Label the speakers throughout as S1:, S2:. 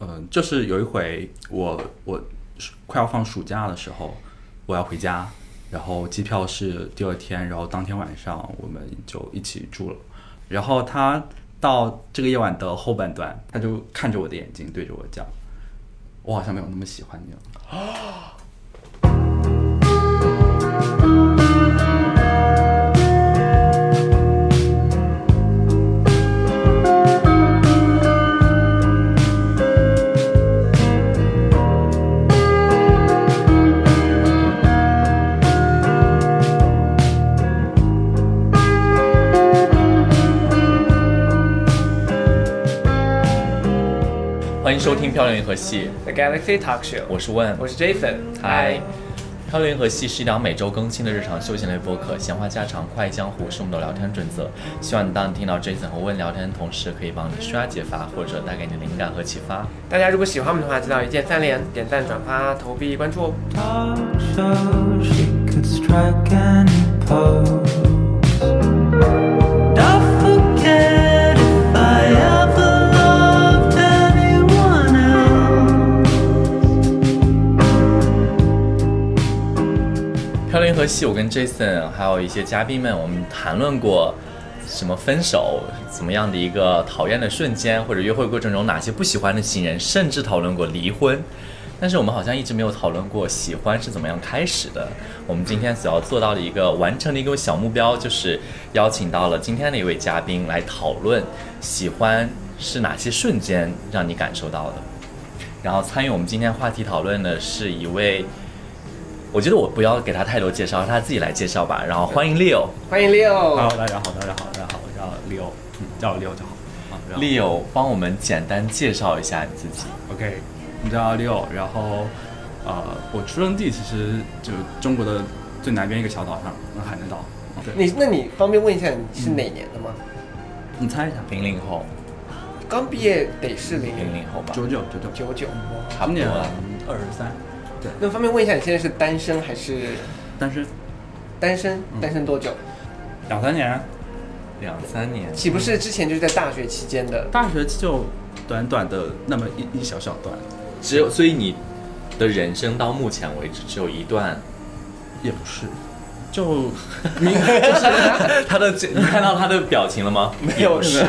S1: 嗯，就是有一回我我快要放暑假的时候，我要回家，然后机票是第二天，然后当天晚上我们就一起住了。然后他到这个夜晚的后半段，他就看着我的眼睛，对着我讲：“我好像没有那么喜欢你了。”
S2: 欢迎收听《漂亮银河系
S3: The Galaxy Talk》，Show，
S2: 我是问，
S3: 我是 Jason，
S2: 嗨。《漂流银河系》是一档每周更新的日常休闲类播客，闲话家常、快意江湖是我们的聊天准则。希望你当你听到 Jason 和问聊天的同时，可以帮你抒发解乏，或者带给你灵感和启发。
S3: 大家如果喜欢我们的话，记得一键三连，点赞、转发、投币、关注哦。
S4: Talk show she could strike any pose. Don't forget if I ever loved anyone else.
S2: 《漂流银河系》，我跟 Jason 还有一些嘉宾们，我们谈论过什么分手，怎么样的一个讨厌的瞬间，或者约会过程中哪些不喜欢的情人，甚至讨论过离婚。但是我们好像一直没有讨论过喜欢是怎么样开始的。我们今天所要做到的一个完成的一个小目标，就是邀请到了今天的一位嘉宾来讨论喜欢是哪些瞬间让你感受到的。然后参与我们今天话题讨论的是一位我觉得我不要给他太多介绍，让他自己来介绍吧。然后欢迎 Leo，Leo
S3: 欢迎 Leo，
S1: Hello，大家好，大家好，大家好，我叫 Leo，嗯，叫我 Leo 就好。啊然后
S2: 帮我们简单介绍一下你自己。
S1: OK，我叫 Leo，然后呃，我出生地其实就中国的最南边一个小岛上，那海南岛。对，
S3: 你那你方便问一下你是哪年的吗？
S1: 你猜一下，
S2: 零零后，
S3: 刚毕业得是零
S2: 零零后吧，
S1: 九九九九，
S3: 九九，
S2: 差
S1: 今
S2: 不多
S1: 年啊
S2: 了。
S1: 二十三，
S3: 那方便问一下你现在是单身还是
S1: 单身
S3: 单身？单身多久？
S1: 两三年，啊
S2: 两三年，
S3: 岂不是之前就是在大学期间的？
S1: 大学就短短的那么一一小小段，
S2: 只有所以你的人生到目前为止只有一段。
S1: 也不是，就
S2: 他的这，你看到他的表情了吗？ 没有，是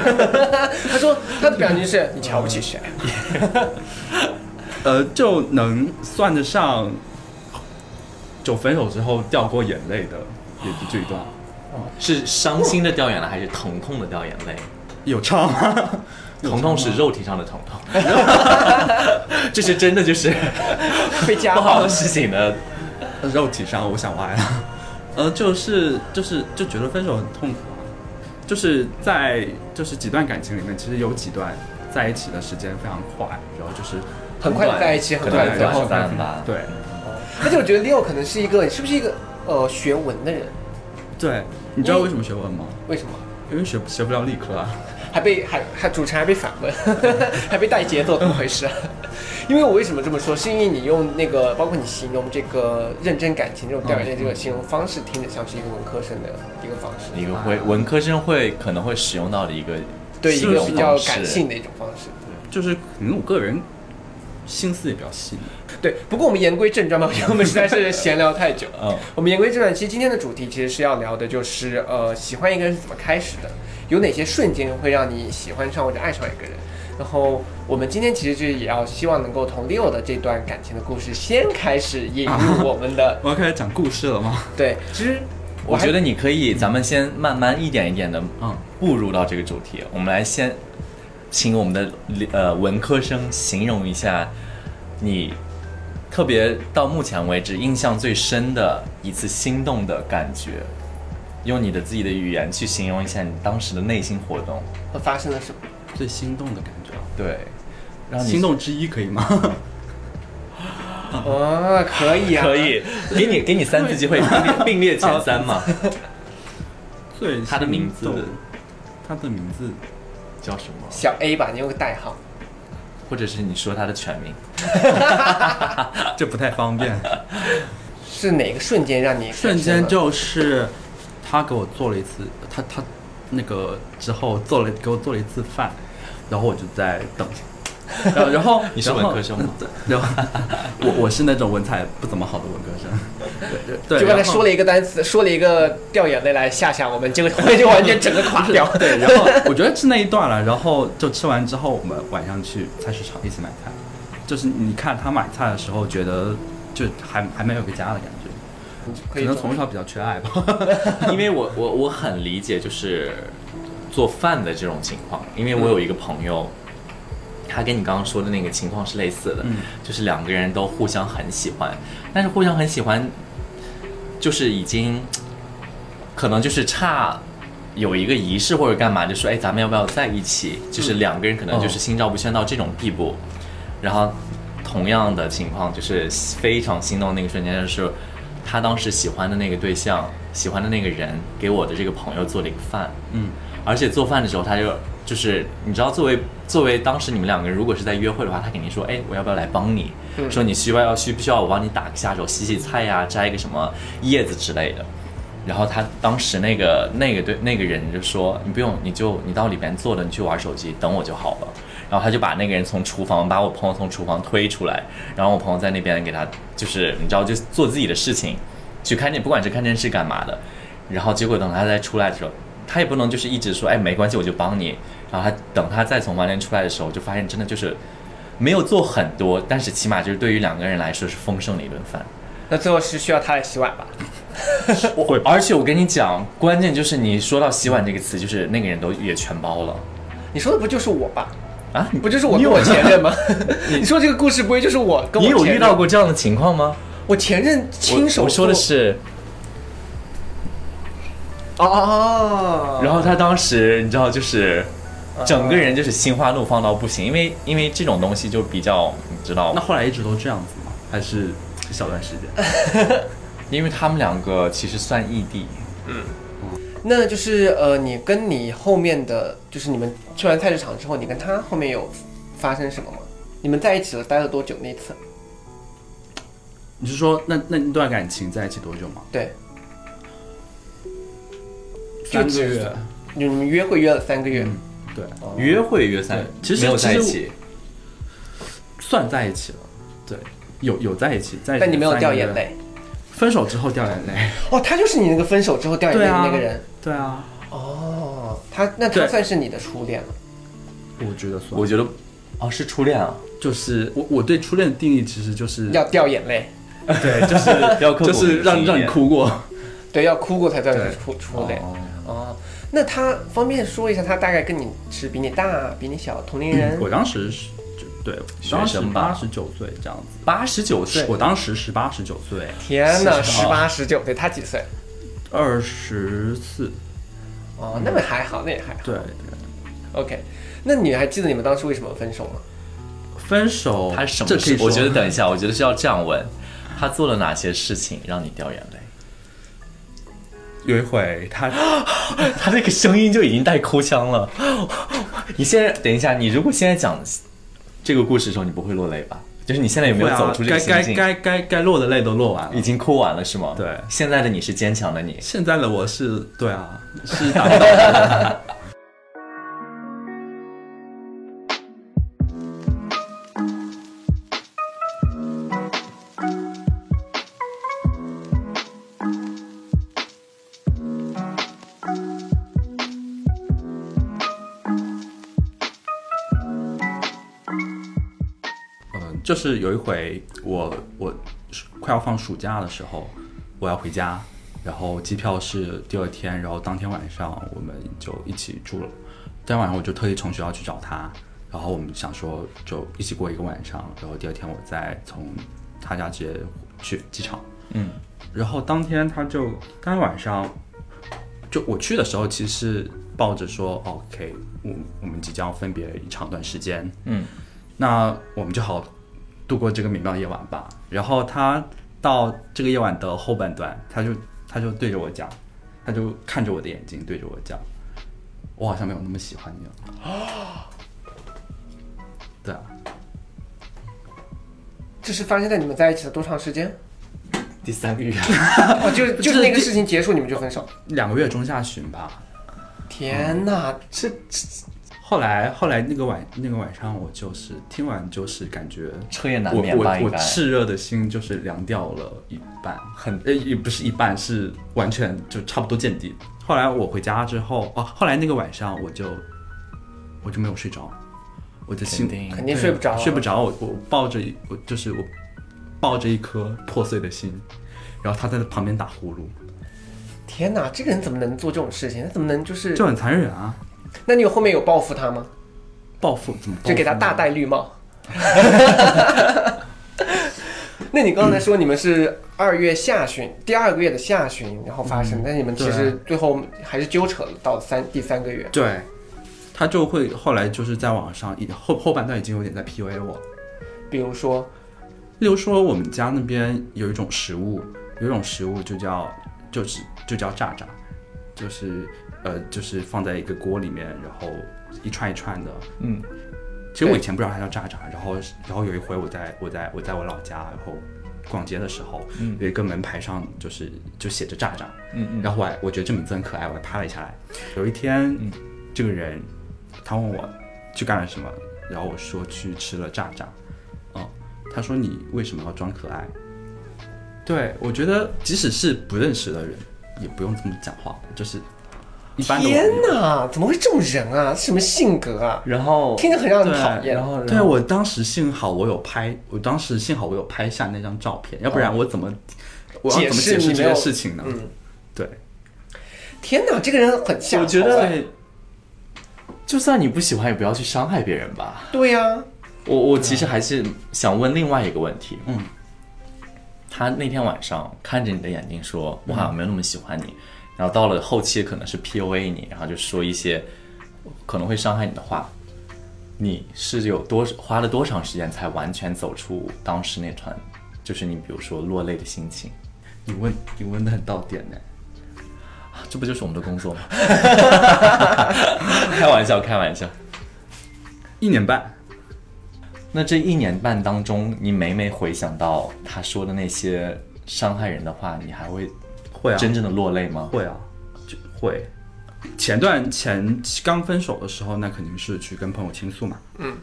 S3: 他说他的表情是你瞧不起谁？
S1: 呃就能算得上，就分手之后掉过眼泪的也就这一段，
S2: 是伤心的掉眼泪，还是疼痛的掉眼 泪？
S1: 有唱吗？
S2: 疼痛是肉体上的疼痛， 这是真的， 就是
S3: 被家
S2: 不好
S3: 暴
S2: 的？事情的
S1: 肉体上，我想歪了。 呃，就是就是就觉得分手很痛苦啊，就是在就是几段感情里面，其实有几段在一起的时间非常快，然后就是
S3: 很快在一起，很
S2: 可
S3: 快
S2: 能
S3: 最
S1: 然后
S3: 后
S2: 短。暂吧。
S1: 对
S3: 而且我觉得 Leo 可能是一个，是不是一个呃学文的人？
S1: 对，你知道为什么学文吗？
S3: 为什么？
S1: 因为学学不了理科啊。
S3: 还被还还主持人还被反问， 还被带节奏，怎么回事啊？ 因为我为什么这么说，是因为你用那个，包括你形容这个认真感情这种掉眼泪这个形容方式，听着像是一个文科生的一个方式，
S2: 一个会文科生会可能会使用到的一个
S3: 对一
S2: 形
S3: 个
S2: 容
S3: 比较
S2: 方式
S3: 感性的一种方式。
S1: 就是可能我个人心思也比较细腻，
S3: 对，不过我们言归正传吧，因为我们实在是闲聊太久。
S2: 嗯，
S3: 我们言归正传，其实今天的主题其实是要聊的，就是呃，喜欢一个人是怎么开始的，有哪些瞬间会让你喜欢上或者爱上一个人。然后我们今天其实就是也要希望能够从 Leo 的这段感情的故事先开始引入我们 的、
S1: 我要开始讲故事了吗？
S3: 对，其实
S2: 我
S3: 还
S2: 觉得你可以，咱们先慢慢一点一点的
S1: 嗯
S2: 步入到这个主题。我们来先请我们的呃文科生形容一下你特别到目前为止印象最深的一次心动的感觉，用你的自己的语言去形容一下你当时的内心活动。
S3: 发生了什么？
S1: 最心动的感觉啊，
S2: 对，让你
S1: 心动之一可以吗？
S3: 哦，可以 啊，
S2: 可。以给你给你三次机会，并列并列前三嘛？
S1: 最
S2: 他的
S1: 心
S2: 名字
S1: 动，他的名字
S2: 叫什么？
S3: 小 A 吧，你有个代号，
S2: 或者是你说他的全名？
S1: 这不太方便。
S3: 是哪个瞬间让你
S1: 瞬间
S3: 产生了
S1: 就是他给我做了一次，他他那个之后做了给我做了一次饭，然后我就在等，呃然后
S2: 你是文科生 吗？
S1: 然后 然后我我是那种文采不怎么好的文科生，对对，
S3: 就刚才
S1: 然后
S3: 说了一个单词，说了一个掉眼泪来吓吓我们，结果突 然就完全整个垮掉。
S1: 对，然后我觉得吃那一段了，然后就吃完之后，我们晚上去菜市场一起买菜，就是你看他买菜的时候，觉得就还还没有个家的感觉，
S3: 可
S1: 可
S3: 以
S1: 能从小比较缺爱吧。
S2: 因为我我我很理解就是做饭的这种情况，因为我有一个朋友，他跟你刚刚说的那个情况是类似的，
S1: 嗯
S2: 就是两个人都互相很喜欢，但是互相很喜欢，就是已经可能就是差。有一个仪式或者干嘛，就说哎，咱们要不要在一起？就是两个人可能就是心照不宣到这种地步，然后同样的情况就是非常心动那个瞬间，就是他当时喜欢的那个对象、喜欢的那个人给我的这个朋友做了一个饭，
S1: 嗯，
S2: 而且做饭的时候他就就是你知道，作为作为当时你们两个人如果是在约会的话，他肯定说，哎，我要不要来帮你？
S3: 嗯
S2: 说你需要要需不需要我帮你打个下手、洗洗菜呀、摘个什么叶子之类的。然后他当时那个那个对那个人就说：“你不用，你就你到里边坐着，你去玩手机，等我就好了。”然后他就把那个人从厨房，把我朋友从厨房推出来，然后我朋友在那边给他就是你知道，就做自己的事情，去看电，不管是看电视干嘛的。然后结果等他再出来的时候，他也不能就是一直说：“哎，没关系，我就帮你。”然后他等他再从房间出来的时候，就发现真的就是没有做很多，但是起码就是对于两个人来说是丰盛的一顿 饭。
S3: 那最后是需要他来洗碗吧？
S1: 会
S2: 而且我跟你讲，关键就是你说到洗碗这个词，就是那个人都也全包了
S3: 你说的不就是我吧？
S2: 啊！你
S3: 不就是我跟我前任 吗？ 你说这个故事不会就是我 跟我
S2: 你有
S3: 前
S2: 遇
S3: 任
S2: 到过这样的情况吗？
S3: 我前任亲手
S2: 我我说的是，
S3: 做哦，
S2: 然后他当时你知道就是。
S3: 嗯
S2: 整个人就是心花怒放到不行，因为因为这种东西就比较你知道
S1: 那，后来一直都这样子吗？还是一小段时间？
S2: 因为他们两个其实算异地，
S3: 那就是呃，你跟你后面的就是你们去完菜市场之后，你跟他后面有发生什么吗？你们在一起了待了多久那一次？
S1: 你是说那那一段感情在一起多久吗？
S3: 对，就
S1: 三个
S3: 只
S1: 月。
S3: 你们约会约了三个月，
S1: 嗯对，
S2: 约会约散
S1: 对，其实
S2: 没有在一
S1: 其
S2: 起，
S1: 算在一起了。对，有有在一起，在一起
S3: 但你没有
S1: 三
S3: 掉
S1: 个月
S3: 眼。
S2: 嗯
S3: 泪。
S1: 分手之后掉眼 泪。
S3: 哦，他就是你那个分手之后掉眼泪
S1: 对
S3: 的
S1: 啊，
S3: 那个人。。
S1: 对啊，
S3: 哦，他那他
S1: 对
S3: 算是你的初恋了。
S1: 我觉得算。
S2: 我觉得哦是初恋啊，
S1: 就是我我对初恋的定义其实就是
S3: 要掉眼泪，
S1: 对，就是
S2: 要 刻骨铭
S1: 就是让
S2: 心一
S1: 让你
S2: 点
S1: 哭过。
S3: 对，要哭过才叫
S1: 对
S3: 初初恋。哦，那他方便说一下，他大概跟你是比你大、比你小，同龄人？
S1: 嗯我当时是就对，
S2: 学
S1: 当时
S2: 生吧
S1: 八十九岁这样子。
S2: 八十九岁，
S1: 我当时十八十九岁，
S3: 天哪，
S2: 是
S3: 十
S2: 啊
S3: 八、十九，对他几岁？
S1: 二十四，
S3: 哦，那么还好，那也还好。
S1: 对。
S3: OK，那你还记得你们当时为什么分手吗？
S1: 分手，
S2: 他什
S1: 这
S2: 么
S1: 可以
S2: 事？我
S1: 说
S2: 觉得等一下，我觉得是要这样问，他做了哪些事情让你掉眼泪？
S1: 有一回他
S2: 他这个声音就已经带哭腔了。 你现在等一下，你如果现在讲这个故事的时候，你不会落泪吧？就是你现在有没
S1: 会
S2: 有
S1: 啊
S2: 走出这个
S1: 该
S2: 心
S1: 该
S2: 境？
S1: 该该该落的泪都落完
S2: 已
S1: 了。
S2: 经哭完了是吗？
S1: 对
S2: 现在的你是坚强的你。
S1: 现在的我是对啊，是打不到的。嗯，就是有一回我我快要放暑假的时候，我要回家，然后机票是第二天，然后当天晚上我们就一起住了。当天晚上我就特意从学校去找他，然后我们想说就一起过一个晚上，然后第二天我再从他家直接去机场。
S2: 嗯，
S1: 然后当天他就当天晚上，就我去的时候，其实是抱着说哦 OK，我我们即将分别一长段时间，
S2: 嗯，
S1: 那我们就好度过这个美妙夜晚吧。然后他到这个夜晚的后半段，他就他就对着我讲，他就看着我的眼睛对着我讲，我好像没有那么喜欢你了。对啊，
S3: 这是发生在你们在一起的多长时间？
S2: 第三个月，
S3: 哦，就是
S1: 这
S3: 就是那个事情结束，你们就分手。
S1: 两个月中下旬吧。
S3: 天哪，
S2: 这
S1: 后来后来那个晚那个晚上，我就是听完就是感觉
S2: 彻夜难
S1: 我
S2: 眠吧，
S1: 我
S2: 应
S1: 我
S2: 该
S1: 炽热的心就是凉掉了一半，
S2: 很
S1: 呃也不是一半，是完全就差不多见底。后来我回家之后，哦，后来那个晚上我就我就没有睡着，我的心
S2: 肯定
S3: 肯定睡不着啊
S1: 对睡不着。我我抱着一我就是我抱着一颗破碎的心，然后他在旁边打呼噜，
S3: 天哪，这个人怎么能做这种事情？他怎么能就是？
S1: 就很残忍啊！
S3: 那你有后面有报复他吗？
S1: 报复怎么报复
S3: 就给他
S1: 呢
S3: 大戴绿帽。 那你刚才说你们是二月下旬，第二个月的下旬，然后发生，但你们其实最后还是纠扯了到三第三个月。
S1: 对，他就会后来就是在网上已后后半段已经有点在 PUA 我，
S3: 比如说，
S1: 例如说我们家那边有一种食物，有一种食物就叫就是就叫炸炸，就是呃就是放在一个锅里面，然后一串一串的。
S2: 嗯，
S1: 其实我以前不知道它叫炸炸，然后然后有一回我在我在我在我老家，然后逛街的时候，
S2: 嗯
S1: 有一个门牌上就是就写着炸炸，
S2: 嗯嗯，
S1: 然后我还我觉得这名字很可爱，我还拍了下来。有一天，
S2: 嗯
S1: 这个人他问我去干了什么，然后我说去吃了炸炸。嗯，他说你为什么要装可爱？对我觉得即使是不认识的人，也不用这么讲话，就是一般的网
S3: 天
S1: 友。
S3: 哪，怎么会这种人啊？什么性格啊？
S2: 然后
S3: 听着很让人
S1: 对
S3: 讨厌。
S2: 然后
S1: 对我当时幸好我有拍，我当时幸好我有拍下那张照片，要不然我怎么我要
S3: 哦解
S1: 怎么
S3: 释
S1: 解释
S3: 你
S1: 这
S3: 没有
S1: 件事情呢？
S3: 嗯，
S1: 对，
S3: 天哪，这个人很下头啊。
S2: 我觉得，就算你不喜欢，也不要去伤害别人吧。
S3: 对呀、啊，
S2: 我我其实还是想问另外一个问题。
S1: 嗯，
S2: 他那天晚上看着你的眼睛说：“我好像没有那么喜欢你。”然后到了后期可能是 PUA 你，然后就说一些可能会伤害你的话。你是有多花了多长时间才完全走出当时那团，就是你比如说落泪的心情？
S1: 你问你问的很到点呢、
S2: 啊这不就是我们的工作吗？ 开玩笑，开玩笑。
S1: 一年半。
S2: 那这一年半当中，你每每回想到他说的那些伤害人的话，你还会
S1: 会啊
S2: 真正的落泪吗？
S1: 会啊，就会。前段前刚分手的时候，那肯定是去跟朋友倾诉嘛。
S3: 嗯。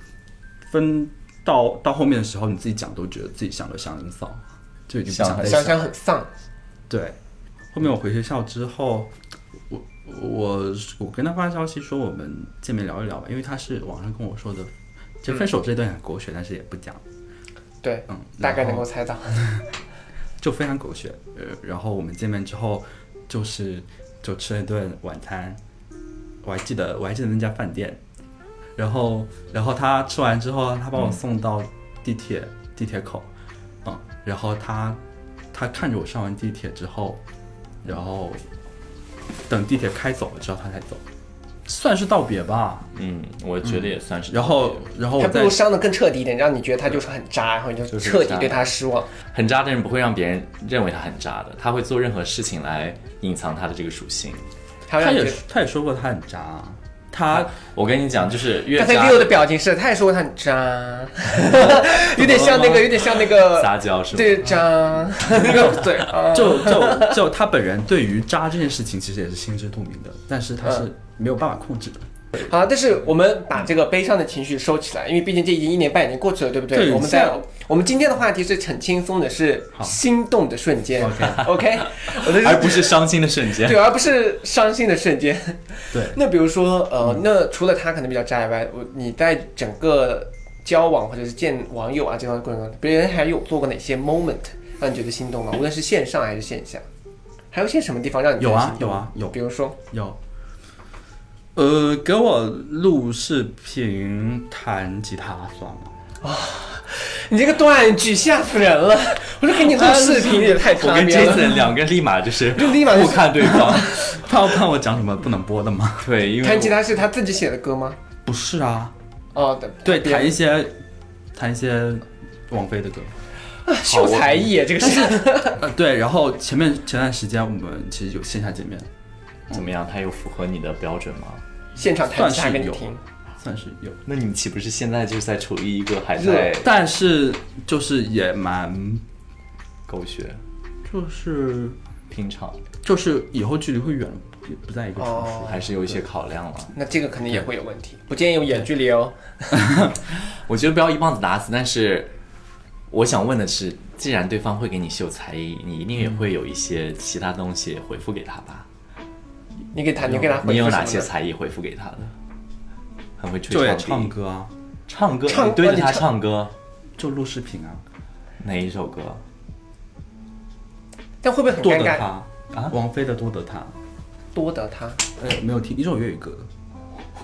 S1: 分到到后面的时候，你自己讲都觉得自己想的想人丧，就已经不
S2: 想
S1: 想再
S3: 想
S1: 想
S3: 想很丧。
S1: 对，后面我回学校之后，我我我跟他发消息说我们见面聊一聊吧，因为他是网上跟我说的，就分手这段很狗血，但是也不讲，
S3: 对，
S1: 嗯，
S3: 大概
S1: 然
S3: 能
S1: 后
S3: 够猜到。
S1: 就非常狗血。呃，然后我们见面之后，就是就吃了一顿晚餐，我还记得我还记得那家饭店，然后然后他吃完之后，他把我送到地铁、地铁口，嗯，然后他他看着我上完地铁之后，然后等地铁开走了之后他才走，算是道别吧。
S2: 嗯，我觉得也算是。
S1: 然后然后哦
S3: 他
S1: 我
S3: 不
S1: 在
S3: 如伤的更彻底一点，让你觉得他就是很渣，然后你就
S2: 就是
S3: 彻底
S2: 渣
S3: 对他失望。
S2: 很渣的人不会让别人认为他很渣的，他会做任何事情来隐藏他的这个属性。
S3: 他会
S1: 他
S3: 让你觉
S1: 也
S3: 得
S1: 他也说过他很渣啊，他
S2: 我跟你讲，就是越
S3: 刚才
S2: 渣
S3: Leo 的表情是，他也说他很渣，有点像那个，有点像那个，
S2: 撒娇是吗？
S3: 对渣，那个嘴 啊，
S1: 就就就他本人对于渣这件事情其实也是心知肚明的，但是他是没有办法控制的。
S3: 好，但是我们把这个悲伤的情绪收起来，因为毕竟这已经一年半已经过去了，对不对？
S1: 对
S3: 我们在
S1: 像
S3: 我们今天的话题是很轻松的，是心动的瞬间。OK，我 的
S2: 而不是伤心的瞬间。
S3: 对，而不是伤心的瞬间。
S1: 对，
S3: 那比如说，
S2: 嗯
S3: 呃，那除了他可能比较渣以外，我你在整个交往或者是见网友啊这段过程中，别人还有做过哪些 moment 让你觉得心动吗？无论是线上还是线下，还有些什么地方让你觉
S1: 有
S3: 得
S1: 啊
S3: 心动
S1: 有啊有
S3: 比如说，
S1: 有。 呃，给我录视频弹吉他算吗？
S3: 你这个断句吓死人了！ 我说给你录视频也太
S2: 我
S3: 擦
S2: 跟
S3: 边了。
S2: Jason 两个立马就是
S3: 就立马就是
S2: 互看对方。
S1: 他要怕我讲什么不能播的吗？
S2: 对，因为
S3: 弹吉他是他自己写的歌吗？
S1: 不是啊，
S3: 哦，
S1: 对，
S3: 别
S1: 弹一些弹一些王菲的歌。
S3: 秀才艺，这个是
S1: 呃，对，然后前面前段时间我们其实有线下见面，
S2: 我怎么样？他有符合你的标准吗？
S3: 现场弹吉他
S1: 算是
S3: 给你
S1: 有
S3: 听。
S1: 算是有，
S2: 那你岂不是现在就是在处于一个还在
S1: 但是就是也蛮
S2: 狗血
S1: 就是
S2: 拼场？
S1: 就是以后距离会远不在一个城市，
S3: 哦
S2: 还是有一些考量了。
S3: 那这个肯定也会有问题，不建议有远距离哦。
S2: 我觉得不要一棒子打死，但是我想问的是，既然对方会给你秀才艺，你一定也会有一些其他东西回复给他吧？
S3: 你给他，你给他回复
S2: 你有
S3: 什
S2: 哪
S3: 么
S2: 些
S3: 呢
S2: 才艺回复给他的？很会吹
S1: 就也
S2: 笛
S1: 唱，歌啊，
S2: 唱歌，
S3: 唱
S2: 你对着
S3: 你
S2: 他
S3: 唱
S2: 唱歌，
S1: 就录视频啊，
S2: 哪一首歌？
S3: 但会不会很
S1: 多
S3: 尴
S1: 得
S3: 尬？
S1: 他啊，王菲的多得他，
S3: 多得他，
S1: 哎，没有听一首粤语歌，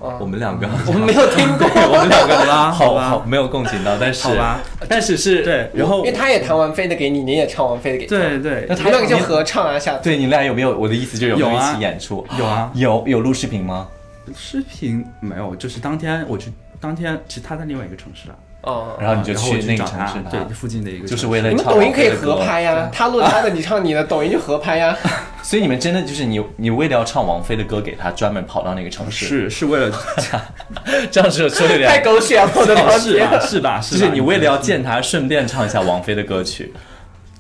S2: 我
S3: 嗯，
S2: 们两个，
S3: 我们没有听 过，
S2: 我们两个
S1: 好吧
S2: 好
S1: 好吧
S2: 好没有共情到，但是
S1: 好吧，
S2: 但是是
S1: 对，然后
S3: 因为他也弹王菲的给你，你也唱王菲的给他，
S1: 对对
S2: 那
S3: 你们两个就合唱啊，下次。
S2: 对你俩有没有我的意思就是有没有
S1: 有
S2: 一
S1: 啊
S2: 起演出？
S1: 有啊，
S2: 有有录视频吗？
S1: 视频没有，就是当天我去，当天其实他在另外一个城市啊，
S3: 哦，
S2: 然后你就
S1: 啊然后我
S2: 去那个
S1: 找
S2: 城
S1: 他
S2: 市拿，
S1: 对，附近的一个城市，
S2: 就是为了
S3: 你们
S2: 唱
S3: 抖音可以
S2: 王菲的歌
S3: 合拍呀，他录他的，你唱你的，抖音就合拍呀。
S2: 所以你们真的就是你，你为了要唱王菲的歌给他，专门跑到那个城市，
S1: 是是为了
S2: 这样是说的有
S3: 太
S2: 点，
S3: 狗血了，我的 老
S1: 是
S3: 天！
S1: 吧是吧
S2: 啊就是啊是
S1: 吧
S2: 你为了要见他，顺便唱一下王菲的歌 曲。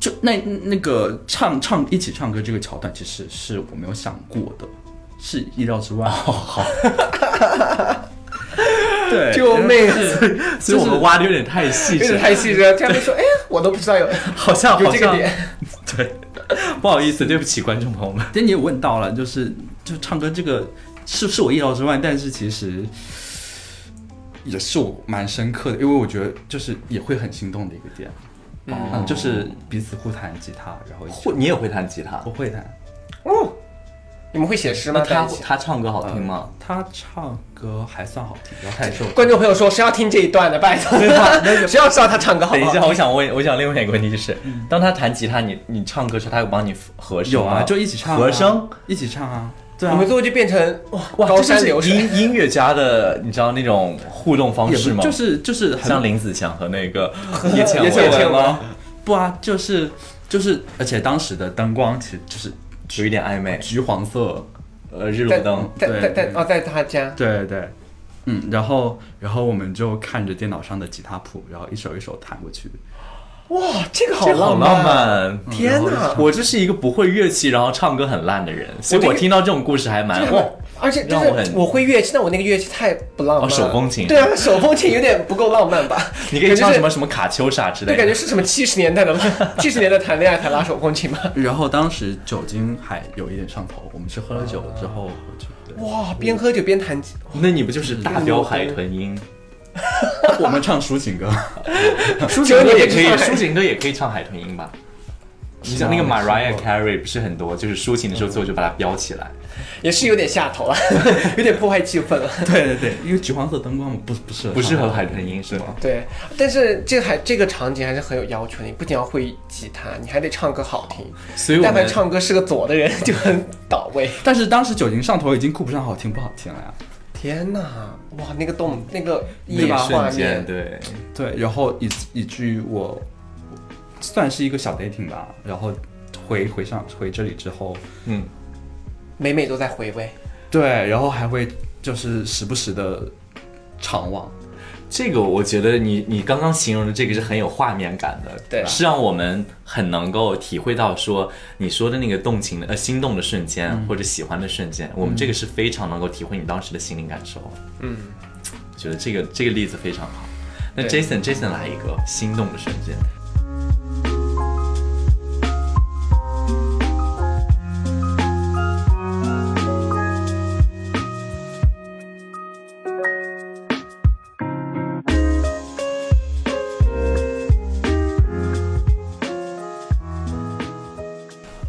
S1: 就那那个唱唱一起唱歌这个桥段，其实是我没有想过的，是意料之外。好，对，
S3: 救命！
S2: 所以我们挖的有点太细
S3: 有
S2: 致
S3: 点，太细致了，这样 一说，哎，我都不知道有
S2: 好像
S3: 有
S2: 好
S3: 这个
S2: 像
S3: 点。
S2: 对，不好意思，对不起观众朋友们。
S1: 但你也问到了，就是就唱歌这个是是我意料之外，但是其实也是我蛮深刻的，因为我觉得就是也会很心动的一个点，嗯，就是彼此互弹吉他，然后一起
S2: 会你也会弹吉他
S1: 我？会弹。
S3: 哦，你们会写诗
S2: 那
S3: 吗？在
S2: 他嗯
S3: 一起
S2: 他唱歌好听吗？
S1: 他唱歌还算好听，不要太受。
S3: 观众朋友说，谁要听这一段的，拜托， 谁要知道他唱歌好
S2: 啊等
S3: 不
S2: 一
S3: 好？
S2: 下，我想问，我想另外一个问题就是，当他弹吉他，你你唱歌时，他有帮你和声
S1: 有
S2: 吗
S1: 啊，就一起唱、啊、
S2: 和声。，
S1: 一起唱啊。对啊，
S3: 我们最后就变成哇
S2: 哇，
S3: 高
S2: 这就
S3: 山
S2: 是
S3: 流水，
S2: 音音乐家的，你知道那种互动方
S1: 也
S2: 式
S1: 不
S2: 吗？
S1: 就是就是很
S2: 像林子祥和那个 叶倩文
S3: 叶倩
S2: 对
S3: 文
S2: 吗？
S3: 吗？
S1: 不啊，就是就是，而且当时的灯光其实就是
S2: 有一点暧昧，
S1: 橘黄色，
S2: 呃，日
S3: 在
S2: 落灯。
S3: 在
S1: 对
S3: 在在
S1: 对
S3: 哦，在他家，
S1: 对对对，嗯，然后然后我们就看着电脑上的吉他谱，然后一首一首弹过去，
S3: 哇，这个好
S2: 这好
S3: 浪啊
S2: 浪！漫！啊
S3: 天哪，
S2: 我就是一个不会乐器，然后唱歌很烂的人，所以
S3: 我
S2: 我
S3: 这个
S2: 听到这种故事还蛮
S3: 这个
S2: 哇
S3: 很而且就
S2: 让我
S3: 是
S2: 很
S3: 我会乐器，但我那个乐器太不浪漫
S2: 哦
S3: 了。
S2: 手风琴
S3: 对啊，手风琴有点不够浪漫吧？
S2: 你可以唱什么
S3: 感觉是？
S2: 什么卡秋莎之
S3: 对，
S2: 类
S3: 感觉
S2: 的。
S3: 是什么七十年代的，七十年代谈恋爱才拉手风琴吧？
S1: 然后当时酒精还有一点上头，我们是喝了酒之后喝酒的，
S3: 哇，边喝酒边弹 吉，
S2: 那你不就是大
S3: 日落
S2: 标
S3: 灯
S2: 海豚音？
S1: 我们唱抒情歌，
S3: 抒
S2: 情
S3: 情
S2: 歌
S3: 歌
S2: 也可以，抒
S3: 抒情
S2: 情歌也可以唱海豚音吧？你
S1: 是
S2: 像
S1: 吗
S2: 那个
S1: 没试
S2: Mariah
S1: 过
S2: Carey 不是很多，就是抒情的时候最后就把它标起来。
S3: 也是有点下头了， 有点破坏气氛了。
S1: 对对对，因为橘黄色灯光不不适合
S2: 不适合
S1: 唱
S2: 海豚音是吗？
S3: 对，但是这还这个场景还是很有要求的，你不仅要会吉他，你还得唱歌好听。
S2: 所以我
S3: 但凡
S2: 们
S3: 唱歌是个左的人，就很倒胃。
S1: 但是当时酒精上头已经顾不上好听不好听了呀，
S3: 天哪，哇，那个动那个
S2: 那一
S3: 一把画
S2: 瞬间，
S3: 面，
S2: 对，
S1: 对，然后以以至于我算是一个小 dating 吧，然后回回上回这里之后，
S2: 嗯，
S3: 每每都在回味。
S1: 对，然后还会就是时不时的长网，
S2: 这个我觉得你你刚刚形容的这个是很有画面感的，
S3: 对
S2: 是让我们很能够体会到说你说的那个动情的呃心动的瞬间、
S1: 嗯
S2: 或者喜欢的瞬间，我们这个是非常能够体会你当时的心灵感受。
S3: 嗯，
S2: 我觉得这个这个例子非常好。那
S3: 对
S2: Jason Jason 来一个心动的瞬 间，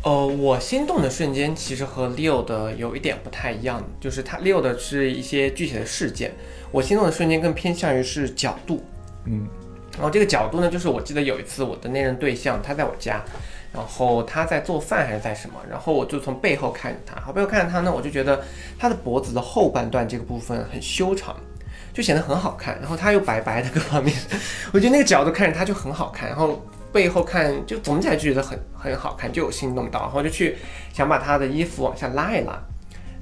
S3: 呃，我心动的瞬间其实和 Leo 的有一点不太一样，就是他 Leo 的是一些具体的事件，我心动的瞬间更偏向于是角度。
S2: 嗯，
S3: 然后这个角度呢，就是我记得有一次我的那任对象他在我家，然后他在做饭还是在什么，然后我就从背后看着他，我背后看着他呢，我就觉得他的脖子的后半段这个部分很修长。就显得很好看，然后他又白白的各方面，我觉得那个角度看着他就很好看，然后背后看就总体来就觉得很很好看，就有心动到，然后就去想把他的衣服往下拉一拉，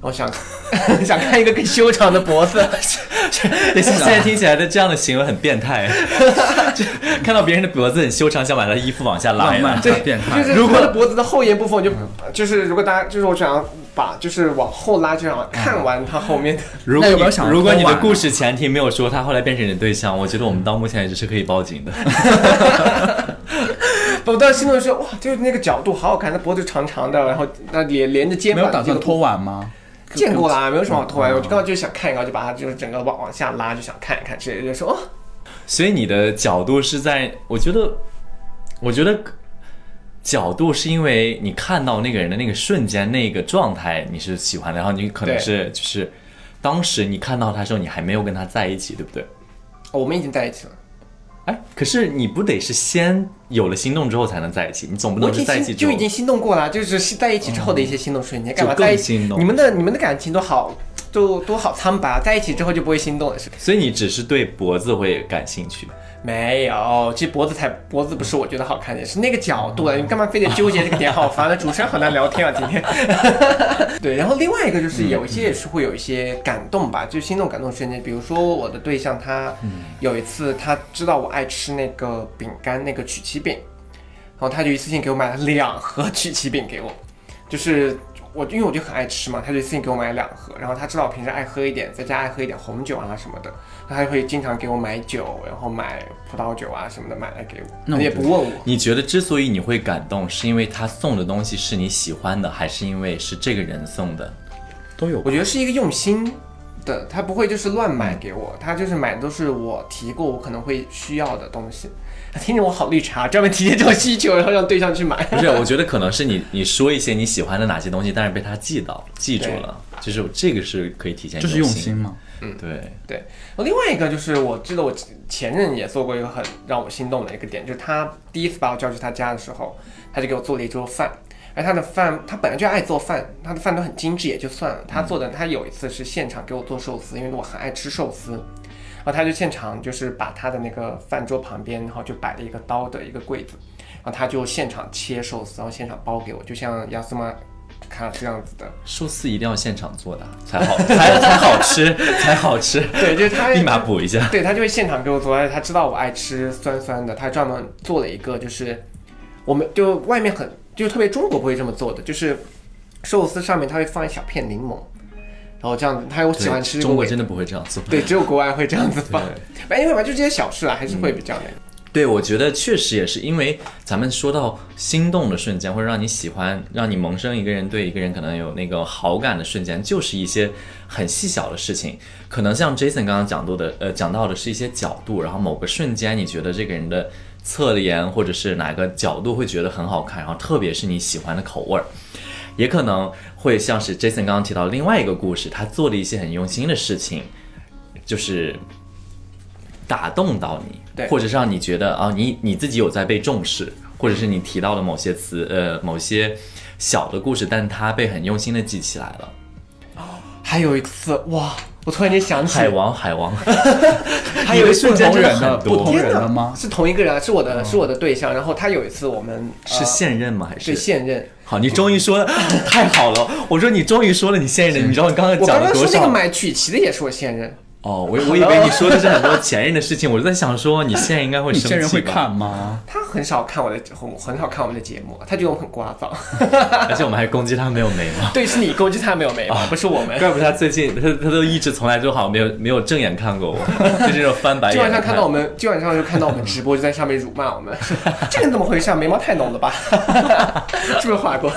S3: 然后想想 看一个更修长的脖 子，
S2: 但是现在听起来的这样的行为很变态， 就看到别人的脖子很修长，想把他的衣服往下拉
S1: 浪
S2: 一拉
S1: 漫，的变态
S3: 就。是他的脖子的后沿部分，我就就是如果大家就是我想要把就是往后拉，就想看完它后面的。
S2: 如
S1: 那
S2: 果
S1: 有没有
S2: 你
S1: 想
S2: 如果你
S1: 偷
S2: 的
S1: 啊
S2: 故事前提没有说他后来变成你的对象，我觉得我们到目前为止是可以 报警的。
S3: 我当时心里说哇，就是那个角度好好看，那脖子长长的，然后那连连着肩
S1: 没
S3: 膀
S1: 有打
S3: 这个部分。
S1: 算拖完吗？
S3: 见过啦，没有什么好拖完。
S1: 嗯
S3: 我就刚刚就想看一看，就把它就是整个往往下拉，就想看一看之类的，就说哦，
S2: 所以你的角度是在，我觉得，我觉得角度是因为你看到那个人的那个瞬间那个状态你是喜欢的，然后你可能
S3: 对
S2: 是就是当时你看到他的时候你还没有跟他在一起，对不对？
S3: 哦我们已经在一起了。
S2: 哎，可是你不得是先有了心动之后才能在一起，你总不
S3: 我
S2: 能
S3: 已
S2: 是
S3: 经
S2: 在一
S3: 心
S2: 起
S3: 就已经
S2: 之后
S3: 心动过了，就是是在一起之后的一些心动瞬间，干嘛
S2: 就更
S3: 在一
S2: 心
S3: 起？
S2: 动
S3: 你们的你们的感情都好，都多好苍白啊，在一起之后就不会心动了，是不是？
S2: 所以你只是对脖子会感兴趣。
S3: 没有，其实脖子才脖子不是我觉得好看的，是那个角度啊！你干嘛非得纠结这个点？好烦啊！主持人好难聊天啊，今天。对，然后另外一个
S1: 嗯
S3: 就是有一些也是会有一些感动吧，就是心动感动瞬间。比如说我的对象他
S1: 嗯
S3: 有一次他知道我爱吃那个饼干，那个曲奇饼，然后他就一次性给我买了两盒曲奇饼给我，就是我因为我就很爱吃嘛，他就一次性给我买了两盒，然后他知道我平时爱喝一点，在家爱喝一点红酒啊什么的，他会经常给我买酒，然后买葡萄酒啊什么的买来给我，
S1: 那我
S3: 也
S1: 觉
S3: 不
S1: 得
S3: 问我。
S2: 你觉得之所以你会感动，是因为他送的东西是你喜欢的，还是因为是这个人送的？
S1: 都有
S3: 我觉得是一个用心的，他不会就是乱买给我，他就是买的都是我提过我可能会需要的东西。听着我好绿茶，专门提这种需求，然后让对象去买。
S2: 不是，我觉得可能是你你说一些你喜欢的哪些东西，但是被他记到记住了，就是这个是可以体现
S1: 就是用
S2: 用
S1: 心。嘛。
S2: 对，
S3: 对，我另外一个就是我记得我前任也做过一个很让我心动的一个点，就是他第一次把我叫去他家的时候，他就给我做了一桌饭。而他的饭，他本来就爱做饭，他的饭都很精致，也就算了。他做的，他有一次是现场给我做寿司，因为我很爱吃寿司，然后他就现场就是把他的那个饭桌旁边，然后就摆了一个刀的一个柜子，然后他就现场切寿司，然后现场包给我，就像亚斯玛卡这样子的。
S2: 寿司一定要现场做的 啊才好，才才好吃，才好 吃。
S3: 对，就是他
S2: 立马补一 下。
S3: 对他就会现场给我做，而且他知道我爱哎吃酸酸的，他专门做了一个，就是我们就外面很就特别中国不会这么做的，就是寿司上面他会放一小片柠檬，然后这样子，他我喜欢吃
S2: 对
S3: 这个
S2: 中国
S3: 味道
S2: 真的不会这样做。
S3: 对，只有国外会这样子放，反正反正就这些小事啊，还是会比较那个。
S2: 对，我觉得确实也是因为咱们说到心动的瞬间，或者让你喜欢、让你萌生一个人对一个人可能有那个好感的瞬间，就是一些很细小的事情。可能像 Jason 刚刚讲到的，呃，讲到的是一些角度，然后某个瞬间你觉得这个人的侧脸或者是哪个角度会觉得很好看，然后特别是你喜欢的口味儿。也可能会像是 Jason 刚刚提到另外一个故事，他做了一些很用心的事情，就是打动到你，
S3: 对
S2: 或者是让你觉得啊，你你自己有在被重视，或者是你提到的某些词，呃，某些小的故事，但它被很用心的记起来了。
S3: 还有一次哇，我突然间想起
S2: 海王，海王，
S3: 啊还有一次
S2: 瞬间
S1: 不同
S2: 真的
S1: 人
S2: 很
S1: 的
S2: 多
S1: 不同
S3: 天
S1: 人
S3: 哪
S1: 了吗？
S3: 是同一个人啊，是我的是我的对象，然后他有一次我们
S2: 嗯是
S3: 呃
S2: 现任吗？还
S3: 对
S2: 是
S3: 现任。
S2: 好，你终于说了， 太好了！我说你终于说了你现任的，你知道你刚刚
S3: 嗯我
S2: 讲了
S3: 刚刚
S2: 多啊
S3: 说那
S2: 少
S3: 个
S2: 吗？
S3: 买曲奇的也是我现任，
S2: 哦，我我以为你说的是很多前任的事情，我就在想说你现在应该会
S1: 你
S2: 生气吧？
S1: 现任会看吗？
S3: 他很少看我的，很很少看我们的节目，他觉得我很聒噪。
S2: 而且我们还攻击他没有眉毛。
S3: 对，是你攻击他没有眉毛，不是我们。
S2: 怪不得他最近他他都一直从来就好像没有没有正眼看过我， 就这种翻白眼。
S3: 今晚上看到我，们，今晚上哎就看到我们直播，就在上面辱骂我 们，这个人怎么回事啊？眉毛太浓了 吧？是不是画过？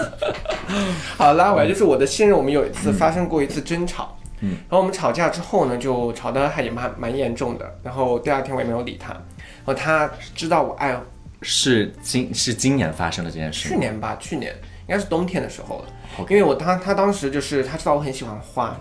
S3: 好，拉回来，就是我的现任，我们有一次发生过一次争吵，嗯，然后我们吵架之后呢，就吵得还也蛮蛮严重的，然后第二天我也没有理他，然后他知道我爱
S2: 是今是今年发生的这件事吗。
S3: 去年吧，去年应该是冬天的时候了
S2: OK
S3: 因为我当他当时就是他知道我很喜欢花，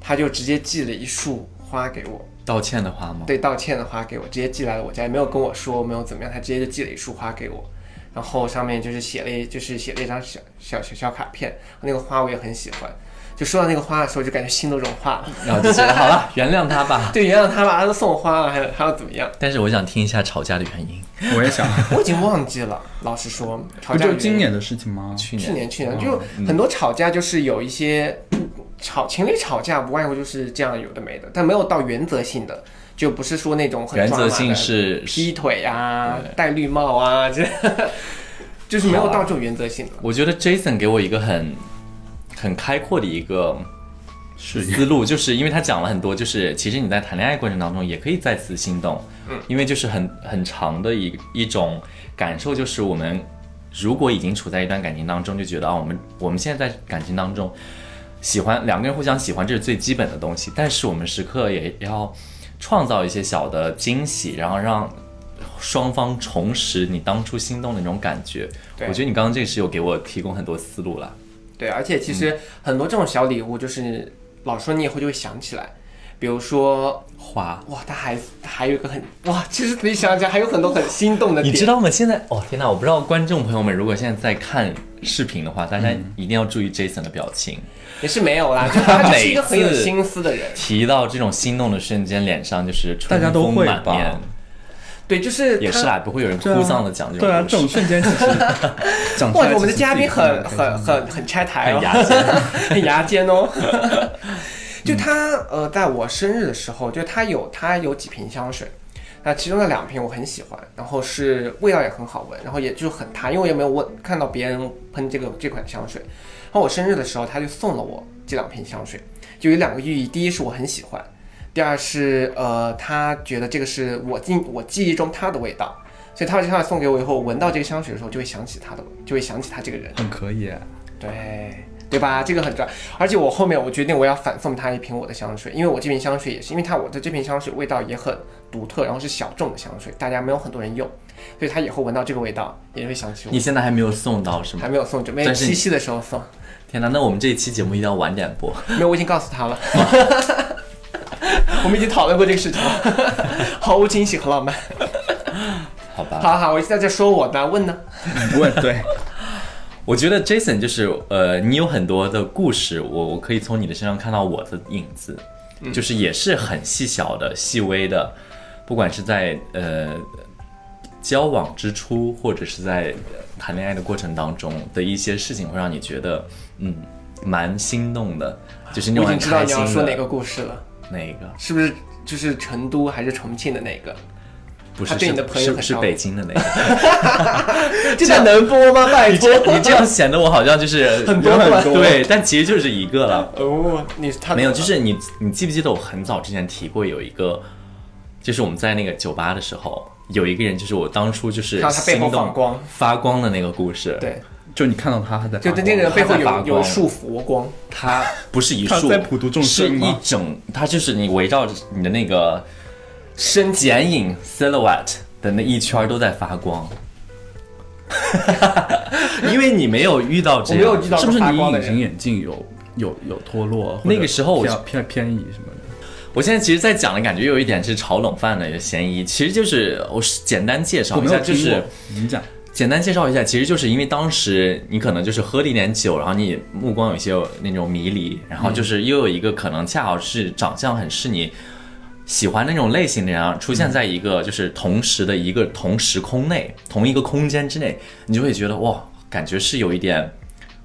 S3: 他就直接寄了一束花给我，
S2: 道歉的话吗？
S3: 对道歉的花给我，直接寄来了我家，也没有跟我说，没有怎么样，他直接就寄了一束花给我，然后上面就是写了一就是写了一张小小小小卡片，那个花我也很喜欢，就收到那个花的时候就感觉心都融化了，
S2: 然后就觉得好 了，原谅他吧。
S3: 对，原谅他吧，他都送我花了，还还要怎么样？
S2: 但是我想听一下吵架的原因。
S1: 我也想，
S3: 我已经忘记了，老实说，吵
S1: 不
S3: 架
S1: 就
S3: 原因
S1: 今年的事情吗？
S2: 去
S3: 去
S2: 年
S3: 年去年就
S2: 嗯
S3: 很多吵架，就是有一些嗯吵情侣吵架，不外乎就是这样有的没的，但没有到原则性的，就不是说那种很
S2: 原
S3: 抓马
S2: 则
S3: 的
S2: 性是
S3: 劈腿啊、戴绿帽 啊，这就是没有到这种原则性的。
S2: 我觉得 Jason 给我一个很很开阔的一个
S1: 是
S2: 思路，就是因为他讲了很多，就是其实你在谈恋爱过程当中也可以再次心动，
S3: 嗯
S2: 因为就是很很长的一一种感受，就是我们如果已经处在一段感情当中，就觉得啊，我们我们现在在感情当中喜欢两个人互相喜欢，这是最基本的东西，但是我们时刻也要创造一些小的惊喜，然后让双方重拾你当初心动的那种感觉。
S3: 对
S2: 我觉得你刚刚这个是有给我提供很多思路了。
S3: 对，而且其
S2: 嗯
S3: 实很多这种小礼物，就是老说你以后就会想起来，比如说，
S2: 花，
S3: 哇，他还还有一个很哇，其实你想想还有很多很心动的
S2: 你
S3: 点，
S2: 知道吗？现在哦，天哪！我不知道观众朋友们如果现在在看视频的话，大家一定要注意 Jason 的表情。
S3: 也是没有啦，就是他就是一个很有
S2: 每次
S3: 心思的人。
S2: 提到这种心动的瞬间，脸上就是春
S1: 大家都
S2: 风
S1: 会
S2: 满
S1: 吧
S2: 面。
S3: 对，就是
S2: 也
S3: 他
S2: 是啦，不会有人
S1: 对啊
S2: 哭丧的讲这种
S1: 对啊，
S2: 故
S1: 这种
S2: 事
S1: 瞬间其 实讲出
S3: 哇
S1: 来，
S3: 我们的
S1: 其实
S3: 嘉
S1: 自己
S3: 宾
S1: 看得
S3: 很
S1: 开
S3: 很
S1: 心
S3: 很很拆台哦，
S2: 很牙尖
S3: 很牙尖哦。就他呃，在我生日的时候，就他有他有几瓶香水，那其中的两瓶我很喜欢，然后是味道也很好闻，然后也就很他，因为我也没有问看到别人喷这个这款香水。然后我生日的时候，他就送了我这两瓶香水，就有两个寓意，第一是我很喜欢，第二是呃，他觉得这个是我记我记忆中他的味道。所以他把这香水送给我以后，闻到这个香水的时候，就会想起他的，就会想起他这个人。
S1: 很可以耶，
S3: 对对吧？这个很重要。而且我后面我决定我要反送他一瓶我的香水，因为我这瓶香水也是，因为它我的这瓶香水味道也很独特，然后是小众的香水，大家没有很多人用，所以他以后闻到这个味道也会想起
S2: 你
S3: 我。
S2: 现在还没有送到是吗
S3: 还？没有送，准备
S2: 但是你
S3: 七夕的时候送。
S2: 天哪！那我们这一期节目一定要晚点播。
S3: 没有，我已经告诉他了。我们已经讨论过这个事情了，毫无惊喜和浪漫。
S2: 好吧，
S3: 好好，我现在在说我呢，问呢？
S1: 问对，
S2: 我觉得 Jason 就是呃，你有很多的故事，我我可以从你的身上看到我的影子，
S3: 嗯
S2: 就是也是很细小的、细微的，不管是在呃交往之初，或者是在呃谈恋爱的过程当中的一些事情，会让你觉得嗯蛮心动的，就是那
S3: 我已
S2: 种很
S3: 经知道
S2: 开
S3: 你
S2: 心
S3: 要
S2: 的。
S3: 说哪个故事了，
S2: 哪一个？
S3: 是不是就是成都还是重庆的那个？
S2: 不
S3: 他
S2: 是
S3: 对
S2: 是
S3: 你的朋友
S2: 是
S3: 很
S2: 是
S3: 高
S2: 北京的 那个？
S3: 这个能播吗？拜
S2: 你
S3: 托，
S2: 这你这样显得我好像就是
S3: 很多
S1: 人很多
S2: 对，但其实就是一个了。
S3: 哦，你是 他
S2: 没有，就是你你记不记得我很早之前提过有一个，就是我们在那个酒吧的时候，有一个人就是我当初就是
S3: 看到他背
S2: 心
S3: 后
S2: 动
S3: 放光
S2: 发光的那个故事。，
S3: 对，
S1: 就你看到他他在
S3: 就
S1: 发
S3: 在那个人
S1: 光
S3: 背后
S2: 他在发
S3: 有
S2: 光
S3: 有束缚光，
S2: 他不是一
S1: 他
S2: 束，
S1: 在普度众生
S2: 是一
S1: 吗
S2: 整，他就是你围绕着你的那个
S3: 身体
S2: 剪影 silhouette 的那一圈都在发 光。因为你没有遇到这
S3: 我没有
S2: 样，
S3: 遇到
S1: 是不是
S3: 发
S1: 你
S3: 光的
S1: 隐形
S3: 人，
S1: 眼镜有有有脱落？
S2: 那个时候我
S1: 或者偏偏偏移什么的，
S2: 我现在其实，在讲的感觉又有一点是炒冷饭的嫌疑。其实就是我是简单介
S1: 我
S2: 绍一
S1: 没
S2: 下，
S1: 有
S2: 就
S1: 听
S2: 是
S1: 过。你讲，
S2: 简单介绍一下，其实就是因为当时你可能就是喝了一点酒，然后你目光有些那种迷离，然后就是又有一个可能恰好是长相很是你喜欢那种类型的人啊，出现在一个就是同时的一个同时空内、同一个空间之内，你就会觉得哇，感觉是有一点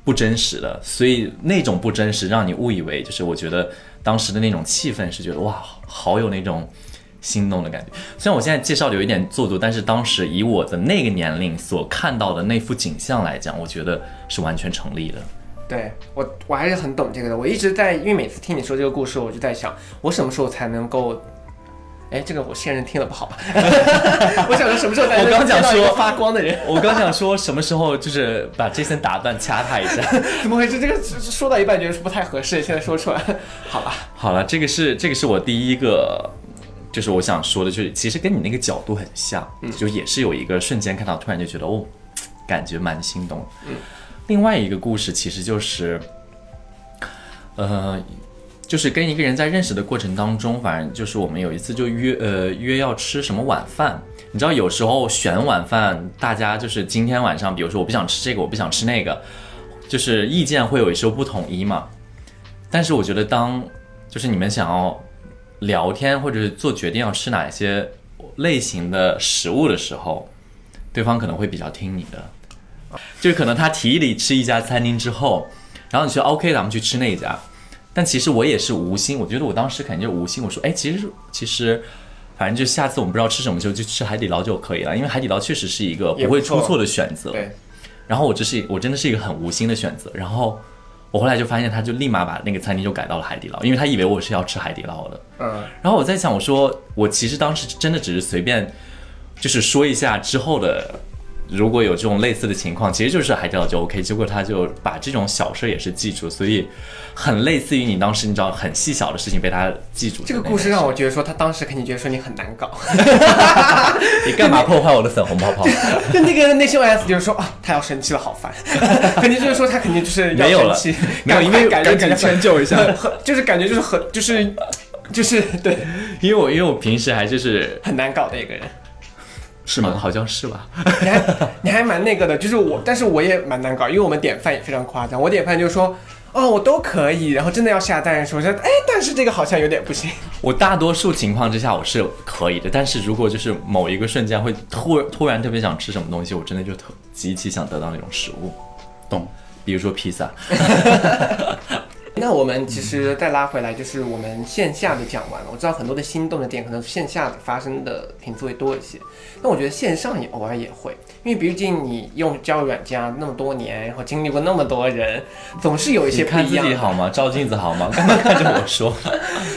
S2: 不真实的，所以那种不真实让你误以为就是我觉得当时的那种气氛是觉得哇，好有那种心动的感觉。虽然我现在介绍的有一点做作，但是当时以我的那个年龄所看到的那幅景象来讲，我觉得是完全成立的。
S3: 对我我还是很懂这个的。我一直在，因为每次听你说这个故事，我就在想，我什么时候才能够。哎，这个我现任听了不好 吧？我想说什么时候才能
S2: 我刚想
S3: 见到一个
S2: 说
S3: 发光的人？
S2: 我刚想说什么时候就是把 Jason 打断掐他一下。
S3: 怎么回事？这个说到一半觉得不太合适，现在说出来， 好吧？
S2: 好了，这个是这个是我第一个。就是我想说的，就是其实跟你那个角度很像，就也是有一个瞬间看到，突然就觉得哦，感觉蛮心动。另外一个故事其实就是，呃，就是跟一个人在认识的过程当中，反正就是我们有一次就约呃约要吃什么晚饭，你知道有时候选晚饭，大家就是今天晚上，比如说我不想吃这个，我不想吃那个，就是意见会有时候不统一嘛。但是我觉得当就是你们想要聊天或者是做决定要吃哪些类型的食物的时候，对方可能会比较听你的，就是可能他提议你吃一家餐厅之后，然后你说 OK，咱们去吃那一家。但其实我也是无心，我觉得我当时肯定就是无心。我说，哎，其实其实，反正就下次我们不知道吃什么，就就吃海底捞就可以了，因为海底捞确实是一个
S3: 也
S2: 不
S3: 不
S2: 会出
S3: 错
S2: 错的选择。
S3: 对，
S2: 然后我这是我真的是一个很无心的选择，然后我后来就发现，他就立马把那个餐厅就改到了海底捞，因为他以为我是要吃海底捞的。
S3: 嗯，
S2: 然后我在想，我说我其实当时真的只是随便，就是说一下之后的，如果有这种类似的情况，其实就是海底捞就 OK。结果他就把这种小事也是记住，所以很类似于你当时你知道很细小的事情被他记住的
S3: 这
S2: 那种事。
S3: 个故事让我觉得说，他当时肯定觉得说你很难搞，
S2: 你干嘛破坏我的粉红泡泡？
S3: 就那个人内心 OS 就是说啊，他要生气了，好烦， 肯定就是说他肯定就是要
S2: 没有
S3: 生
S2: 了
S3: 气，
S2: 没有
S3: 赶
S2: 因
S3: 快
S2: 为
S3: 赶
S2: 赶
S3: 紧
S2: 紧迁就一下
S3: 很很就是感觉就是很就是就是 对
S2: 因为我因为我平时还就是
S3: 很难搞的一个人。
S2: 是吗？好像是吧。
S3: 你还你还蛮那个的，就是我，但是我也蛮难搞，因为我们点饭也非常夸张。我点饭就说，哦，我都可以，然后真的要下蛋的时候，我说，哎，但是这个好像有点不行。
S2: 我大多数情况之下我是可以的，但是如果就是某一个瞬间会突突然特别想吃什么东西，我真的就特极其想得到那种食物，
S1: 懂。
S2: 比如说披萨。
S3: 那我们其实再拉回来，就是我们线下的讲完了。我知道很多的心动的点，可能线下的发生的频次会多一些。那我觉得线上也偶尔也会，因为毕竟你用交友软件啊那么多年，然后经历过那么多人，总是有一
S2: 你
S3: 些不
S2: 看
S3: 一
S2: 自
S3: 样
S2: 己
S3: 的。
S2: 好吗？照镜子好吗？干嘛看着我 说？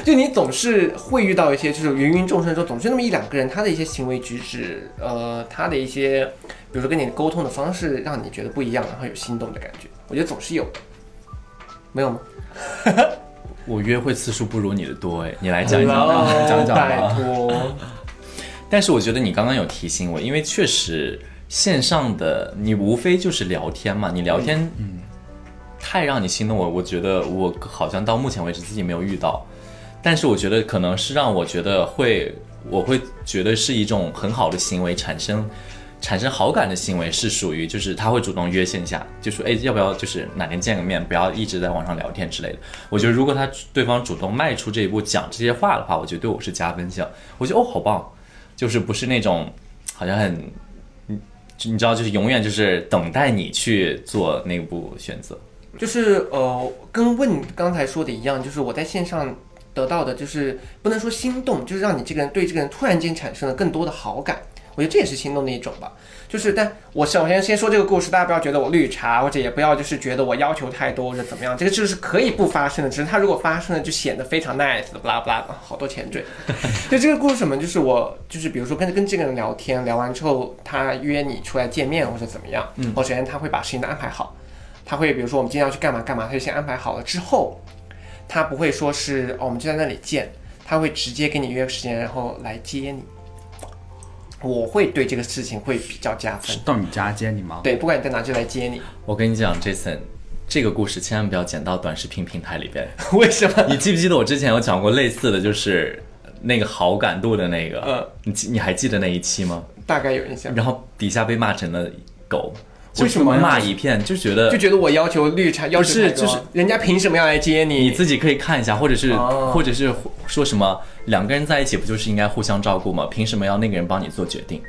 S3: 就你总是会遇到一些就是芸芸众生中，总是那么一两个人，他的一些行为举止，呃，他的一些，比如说跟你沟通的方式，让你觉得不一样，然后有心动的感觉。我觉得总是有的，没有吗？
S2: 我约会次数不如你的多哎，你来讲一讲
S3: Hello，
S2: 吧，讲讲
S3: 拜
S2: 吧。
S3: 托，
S2: 但是我觉得你刚刚有提醒我，因为确实线上的你无非就是聊天嘛，你聊天，太让你心动我，我觉得我好像到目前为止自己没有遇到，但是我觉得可能是让我觉得会，我会觉得是一种很好的行为产生。产生好感的行为是属于，就是他会主动约线下，就说哎，要不要就是哪天见个面，不要一直在网上聊天之类的。我觉得如果他对方主动迈出这一步，讲这些话的话，我觉得对我是加分项。我觉得哦，好棒，就是不是那种好像很，你你知道，就是永远就是等待你去做那步选择。
S3: 就是呃，跟问刚才说的一样，就是我在线上得到的，就是不能说心动，就是让你这个人对这个人突然间产生了更多的好感。我觉得这也是心动的一种吧。就是，但我首先先说这个故事，大家不要觉得我绿茶，或者也不要就是觉得我要求太多或者怎么样，这个就是可以不发生的。只是它如果发生了，就显得非常 nice 的，不拉不拉的，好多前缀。 就这个故事什么，就是我就是比如说跟跟这个人聊天，聊完之后他约你出来见面或者怎么样，嗯，我首先他会把事情都安排好。他会比如说我们今天要去干嘛干嘛，他就先安排好了之后，他不会说是哦我们就在那里见，他会直接给你约个时间，然后来接你。我会对这个事情会比较加分
S1: 是，到你家接你吗？，
S3: 对，不管你在哪就来接你。
S2: 我跟你讲，Jason，这个故事千万不要剪到短视频平台里边。
S3: 为什么？
S2: 你记不记得我之前有讲过类似的，就是那个好感度的那个？
S3: 嗯
S2: 你记你还记得那一期吗？
S3: 大概有印象，
S2: 然后底下被骂成了狗，
S3: 为什么
S2: 我骂一片？就觉得
S3: 就觉得我要求绿茶，要
S2: 不
S3: 求
S2: 是
S3: 太多
S2: 就是
S3: 人家凭什么要来接你？
S2: 你自己可以看一下，或者是、
S3: 哦
S2: 或者是说什么两个人在一起不就是应该互相照顾吗？凭什么要那个人帮你做决定？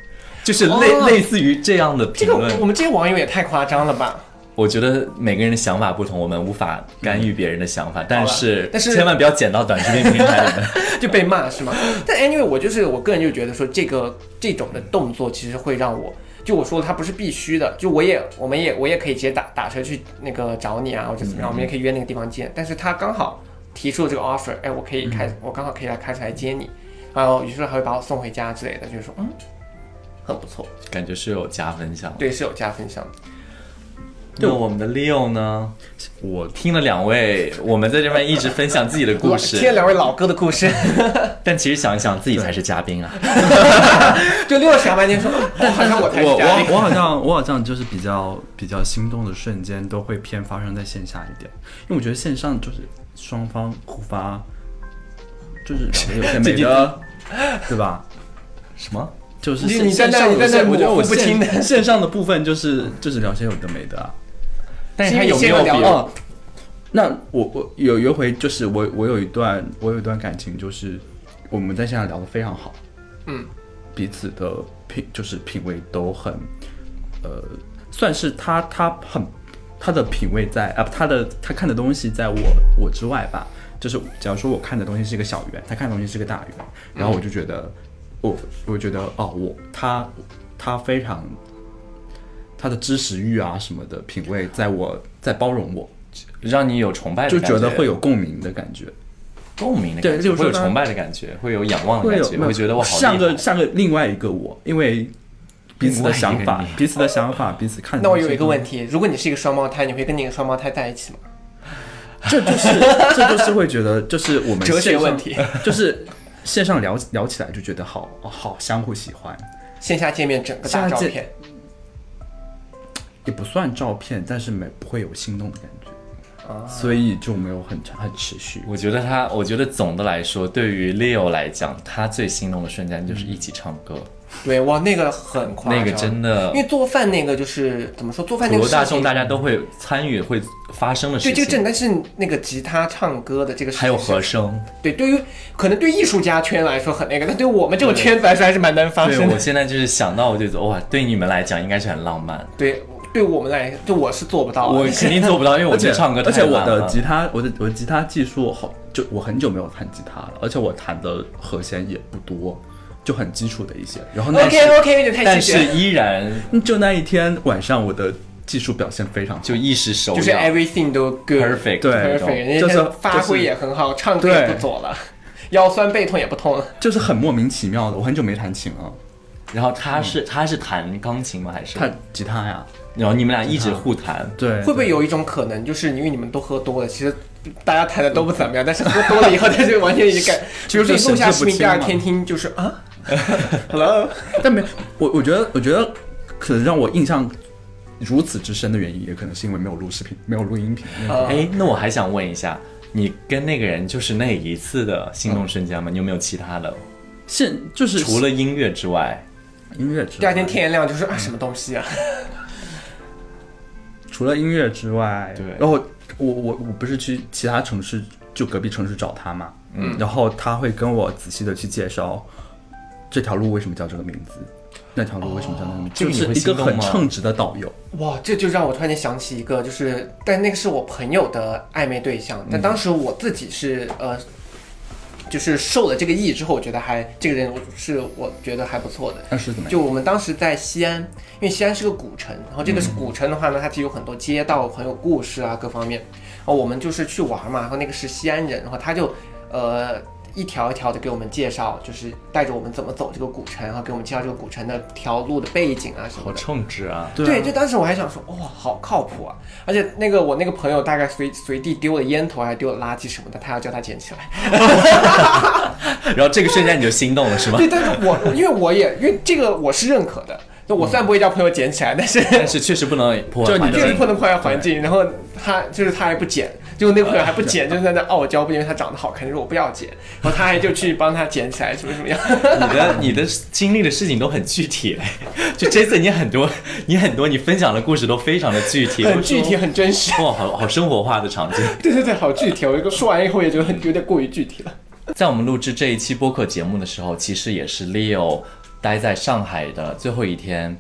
S2: 就是类、
S3: 哦
S2: 类似于这样的
S3: 这
S2: 评
S3: 个
S2: 论，
S3: 我们这些网友也太夸张了吧？
S2: 我觉得每个人的想法不同，我们无法干预别人的想法，但是
S3: 但是
S2: 千万不要剪到短视频平台里面。
S3: 就被骂是吗？ 但 anyway，我就是我个人就觉得说，这个这种的动作其实会让我，就我说了，它不是必须的，就我也我们也我也可以直接打打车去那个找你啊，或者怎么样，我
S2: 嗯
S3: 们也可以约那个地方见。但是他刚好提出了这个 offer，哎，我可
S2: 嗯
S3: 以开，我刚好可以来开车来接你，然后于是还会把我送回家之类的，就是说，嗯，很不错，
S2: 感觉是有加分项。
S3: 对，是有加分项的。
S2: 那我们的 Leo 呢？
S1: 我
S2: 听了两位，我们在这边一直分享自己的故
S3: 听了
S2: 事，
S3: 两位老哥的 故事，
S2: 但其实想一想，自己才是嘉宾啊。
S3: 就六想半天说，哦好像我才是
S1: 我
S3: 嘉宾
S1: 我我好像我好像就是比较比较心动的瞬间都会偏发生在线下一点，因为我觉得线上就是双方互发，就是两个有 些
S2: 这
S1: 美
S2: 句
S1: 的，对吧？
S2: 什么？
S1: 就是
S3: 你
S1: 线
S3: 你在那
S1: 线上
S3: 你在那
S1: 有些我觉得
S3: 模糊
S1: 我
S3: 不清的
S1: 线线上的部分就是就是聊些有的没的啊。
S2: 但是
S3: 因
S2: 他
S3: 为
S2: 有
S3: 你
S2: 没
S3: 先
S2: 有
S3: 要
S2: 比
S3: 聊
S2: 如
S1: 哦，那我我有有一回就是我我有一段我有一段感情就是我们在线上聊得非常好，
S3: 嗯，
S1: 彼此的品就是品味都很，呃，算是他他很他的品味在啊，他的他看的东西在我我之外吧，就是假如说我看的东西是一个小圆，他看的东西是个大圆，然后我就觉得、我我觉得哦我他他非常他的知识欲啊什么的品味，在我在包容我，
S2: 让你有崇拜的
S1: 就
S2: 感觉，
S1: 觉得会有共鸣的感觉，
S2: 共鸣的
S1: 对
S2: 感
S1: 例
S2: 觉，
S1: 如
S2: 会
S1: 说
S2: 有
S1: 当然
S2: 崇拜的感觉，会有仰望的
S1: 会
S2: 感
S1: 有
S2: 觉，会觉得我好
S1: 像
S2: 厉害
S1: 个像个另外一个我，因为彼此的想
S2: 另外
S1: 法
S2: 一个你、
S1: 彼此的想法、彼此看。
S3: 那我有一个问，题，如果你是一个双胞胎，你会跟那个双胞胎在一起吗？
S1: 这就是这就是会觉得，就是我们
S3: 哲学
S1: 线上
S3: 问题，
S1: 就是线上聊聊起来就觉得好哦好相互喜欢，
S3: 线下见面整个大
S1: 线下
S3: 照
S1: 见
S3: 片，
S1: 也不算照片，但是没不会有心动的感觉，所以就没有很很持续。
S2: 我觉得他，我觉得总的来说，对于 Leo 来讲，他最心动的瞬间就是一起
S1: 嗯
S2: 唱歌，
S3: 对哇，那个很夸张，
S2: 那个真的
S3: 因为做饭那个就是怎么说，做饭
S2: 普
S3: 那个
S2: 罗大
S3: 事
S2: 众
S3: 情
S2: 大家都会参与、会发生的事
S3: 对
S2: 情。
S3: 这个整个是那个吉他唱歌的这个事情
S2: 还有和声，
S3: 对，对于可能对艺术家圈来说很那个，但对我们这种圈子来说还是蛮难发
S2: 对
S3: 生
S2: 我
S3: 的。
S2: 现在就是想到我就觉得哇，对你们来讲应该是很浪漫，
S3: 对，对我们来，对我是做不到啊。
S2: 我肯定做不到，因为我
S1: 哦而
S2: 觉
S1: 且
S2: 得唱歌
S1: 而
S2: 太
S1: 且我
S2: 难
S1: 的
S2: 了。
S1: 吉他，我的我的吉他技术好，就我很久没有弹吉他了，而且我弹的和弦也不多，就很基础的一些。然后那
S3: OK OK，有点太
S2: 但
S3: 细节
S2: 是
S3: 了，
S2: 依然
S1: 就那一天晚上，我的技术表现非常好，
S2: 就一时手
S3: 就是 everything 都 good
S2: perfect
S1: 对
S2: 那种
S3: perfect，人
S1: 就
S3: 家
S1: 是
S3: 现在发挥也很好，唱歌也不左了，腰酸背痛也不痛了。
S1: 就是很莫名其妙的。我很久没弹琴了，
S2: 然后他是、他是弹钢琴吗？还是？
S1: 弹嗯吉他呀，
S2: 然后你们俩一直互弹，
S1: 对，
S3: 会不会有一种可能，就是因为你们都喝多了，其实大家弹的都不怎么样，但是喝多了以后， 他就完全已经感，比如说你录下视频，第二天听就是 啊，Hello，啊
S1: 但没我，我觉得，我觉得可能让我印象如此之深的原因，也可能是因为没有录视频，没有录音频。那个
S3: 啊
S2: 哎，那我还想问一下，你跟那个人就是那一次的心动瞬间吗？你有没有其他的？
S1: 现就是
S2: 除了音乐之外，
S1: 音乐之外，
S3: 第二天天一亮就是啊什么东西啊，
S1: 除了音乐之外，
S2: 对
S1: 然后我我我不是去其他城市，就隔壁城市找他嘛，嗯，然后他会跟我仔细的去介绍这条路为什么叫这个名字，那条路为什么叫那个名字，
S2: 这
S1: 就
S2: 个你
S1: 是
S2: 会
S1: 一个
S2: 心动
S1: 很
S2: 吗
S1: 称职的导游。
S3: 哇，这就让我突然间想起一个，就是，但那个是我朋友的暧昧对象，
S1: 嗯
S3: 但当时我自己是呃，就是受了这个意之后，我觉得还这个人是我觉得还不错的。
S1: 那是怎么样？
S3: 就我们当时在西安，因为西安是个古城，然后这个
S1: 嗯
S3: 是古城的话呢，它其实有很多街道很有故事啊，各方面。然后我们就是去玩嘛，然后那个是西安人，然后他就呃一条一条的给我们介绍，就是带着我们怎么走这个古城，然后给我们介绍这个古城的条路的背景啊什么
S2: 好
S3: 的。
S2: 称职啊！
S1: 对啊
S3: 就当时我还想说，哇、好靠谱啊！而且那个我那个朋友大概随随地丢了烟头，还丢了垃圾什么的，他要叫他 捡起来。
S2: 然后这个瞬间你就心动了是吗？
S3: 对，但是我因为我也因为这个我是认可的，就我虽然不会叫朋友捡起来，但是
S2: 但是确实不能破
S1: 就
S2: 坏
S1: 你
S2: 环
S3: 就是
S2: 境
S3: 不。能破坏环境。然后他就是他还不捡，就那个朋友还不捡，就是在那傲娇，因为他长得好看，就是我不要捡，然后他还就去帮他捡起来，什么什么样。
S2: 你的你的经历的事情都很具体，就这次你很多你很多你分享的故事都非常的具体，
S3: 很具体，很 真实。
S2: 哇，好好生活化的场景。
S3: 对对对，好具体哦。我一个说完以后，也觉得很有点过于具体了。
S2: 在我们录制这一期播客节目的时候，其实也是 Leo 待在上海的最后一天，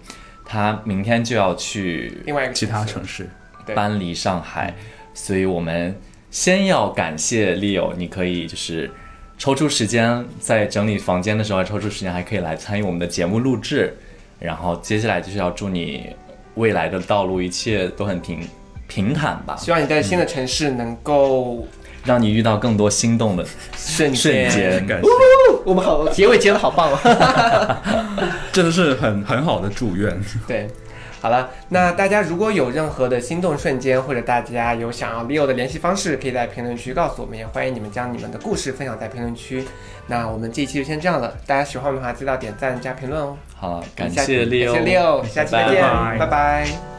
S2: 他明天就要去
S3: 另外一个
S1: 其他
S3: 城市
S1: 城市，
S3: 对
S2: 搬离上海，所以我们先要感谢 Leo，你可以就是抽出时间，在整理房间的时候还抽出时间，还可以来参与我们的节目录制。然后接下来就是要祝你未来的道路一切都很平平坦吧，
S3: 希望你在新的城市能够
S2: 让你遇到更多心动的
S3: 瞬
S2: 瞬
S3: 间。
S2: 间。
S1: 感谢，
S3: 我们好结尾结的好棒啊！
S1: 真的是很很好的祝愿。
S3: 对，好了，那大家如果有任何的心动瞬间，或者大家有想要 Leo 的联系方式，可以在评论区告诉我们，也欢迎你们将你们的故事分享在评论区。那我们这一期就先这样了，大家喜欢我们的话记得要点赞加评论哦。
S2: 好，感
S3: 下期
S2: 谢 Leo，
S3: 感谢 Leo，下期再见，
S1: 拜拜
S3: 拜拜